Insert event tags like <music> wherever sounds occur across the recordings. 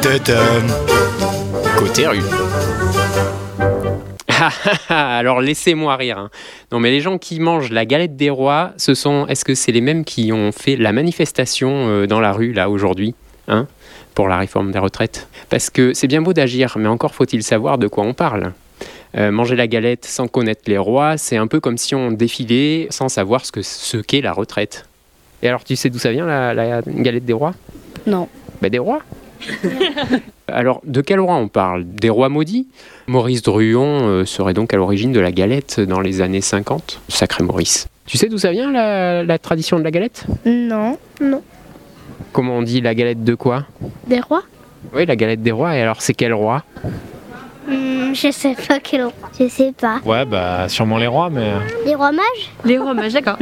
tête. Côté rue. Ah, ah, ah, <laughs> Alors laissez-moi rire. hein. Non mais les gens qui mangent la galette des rois, ce sont, est-ce que c'est les mêmes qui ont fait la manifestation euh, dans la rue là aujourd'hui, hein, pour la réforme des retraites Parce que c'est bien beau d'agir, mais encore faut-il savoir de quoi on parle. Euh, manger la galette sans connaître les rois, c'est un peu comme si on défilait sans savoir ce que ce qu'est la retraite. Et alors tu sais d'où ça vient la, la galette des rois Non. ben, des rois. Alors, de quel roi on parle Des rois maudits Maurice Druon euh, serait donc à l'origine de la galette dans les années 50. Sacré Maurice. Tu sais d'où ça vient la, la tradition de la galette Non. Non. Comment on dit la galette de quoi Des rois Oui, la galette des rois. Et alors, c'est quel roi Hmm, je sais pas quel roi. Je sais pas. Ouais, bah sûrement les rois, mais. Les rois mages Les rois hein. mages, d'accord.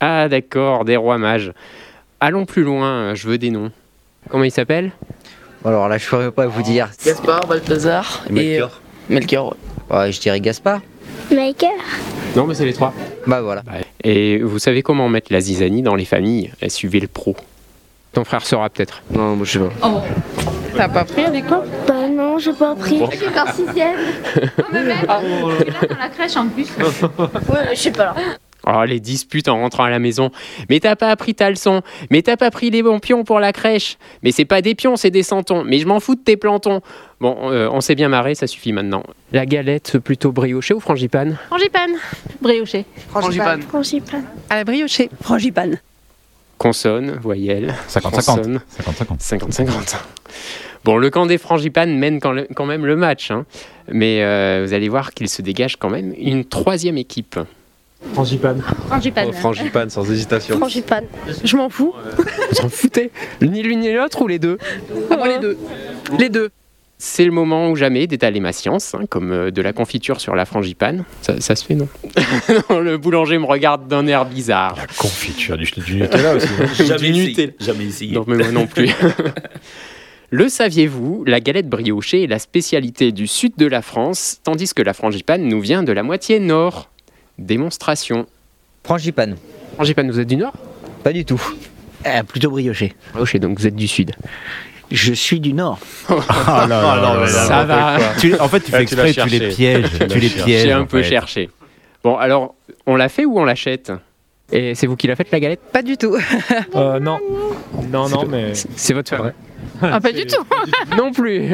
Ah, d'accord, des rois mages. Allons plus loin, euh, je veux des noms. Comment ils s'appellent Alors là, je pourrais pas vous dire. Gaspard, Balthazar et Melchior. Melchior, ouais. Ouais, je dirais Gaspard. Maker Non, mais c'est les trois. Bah voilà. Et vous savez comment mettre la zizanie dans les familles Suivez le pro. Ton frère saura peut-être. Non, moi je sais pas. T'as pas pris avec toi Bah non, j'ai pas appris. la crèche en plus. Oh. Ouais, je sais pas. Oh, les disputes en rentrant à la maison. Mais t'as pas appris ta leçon. Mais t'as pas pris les bons pions pour la crèche. Mais c'est pas des pions, c'est des santons. Mais je m'en fous de tes plantons. Bon, euh, on s'est bien marré, ça suffit maintenant. La galette plutôt briochée ou frangipane Frangipane. Brioché. Frangipane. Frangipane. À la briochée. Frangipane. Consonne, voyelle, 50-50. consonne, 50-50. 50-50. Bon, le camp des frangipanes mène quand, le- quand même le match. hein. Mais euh, vous allez voir qu'il se dégage quand même une troisième équipe. Frangipane. Frangipane. Oh, frangipane, sans hésitation. Frangipane. Je m'en fous. Vous en foutez Ni l'une ni l'autre ou les deux Ah, les deux. Les deux. C'est le moment ou jamais d'étaler ma science, hein, comme euh, de la confiture sur la frangipane. Ça, ça se fait, non <laughs> Non, Le boulanger me regarde d'un air bizarre. La confiture du, du Nutella aussi. Jamais Du essayé. Nutella. Jamais essayé. Non, mais moi non <laughs> plus. Le saviez-vous, la galette briochée est la spécialité du sud de la France, tandis que la frangipane nous vient de la moitié nord. Démonstration. Frangipane. Frangipane, vous êtes du nord Ah Pas du tout. Euh, plutôt brioché. Briochée, donc vous êtes du sud. Je suis du Nord. Ah là là là là. Ça va. Tu- en fait, tu Ah, fais tu l'as exprès, tu les cherché. pièges. Tu Tu les l'as cherché pièges. J'ai en un peu fait. cherché. Bon, alors, on la fait ou on l'achète Et c'est vous qui la faites, la galette Pas du tout. Euh, non. Non, non, mais. Euh, C'est votre femme Ah, pas du tout. Non plus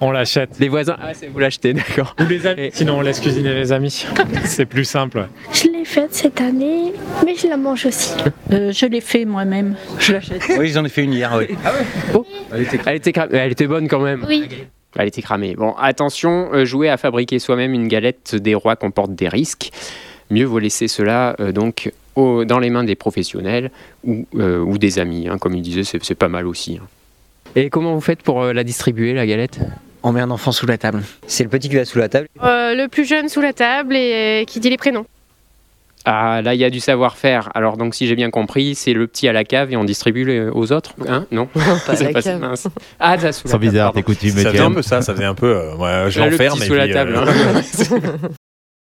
On l'achète. <laughs> Les voisins, ah, c'est vous l'achetez, d'accord. Ou les amis. Et- Sinon, on laisse cuisiner <laughs> les amis. C'est plus simple. Je l'ai faite cette année, mais je la mange aussi. Euh, je l'ai fait moi-même. Je l'achète. Oui, j'en ai fait une hier, oui. Elle était, cra- elle était bonne quand même. Oui. Elle était cramée. Bon, attention, euh, jouer à fabriquer soi-même une galette des rois comporte des risques. Mieux vaut laisser cela euh, donc au- dans les mains des professionnels ou, euh, ou des amis. hein. Comme il disait, c'est c'est pas mal aussi. hein. Et comment vous faites pour euh, la distribuer, la galette On met un enfant sous la table. C'est le petit qui va sous la table. le plus jeune sous la table et qui dit les prénoms. Ah, là, il y a du savoir-faire. Alors, donc, si j'ai bien compris, c'est le petit à la cave et on distribue les- aux autres Hein <laughs> Non à la ça, cave. mince. Ah, ça, sous la Sans table, bizarre, pardon. tes coutumes, Ça faisait un Étienne. peu ça, ça faisait un peu. euh, ouais, je Là, le l'enferme petit et <laughs> sous la puis, table. euh, hein.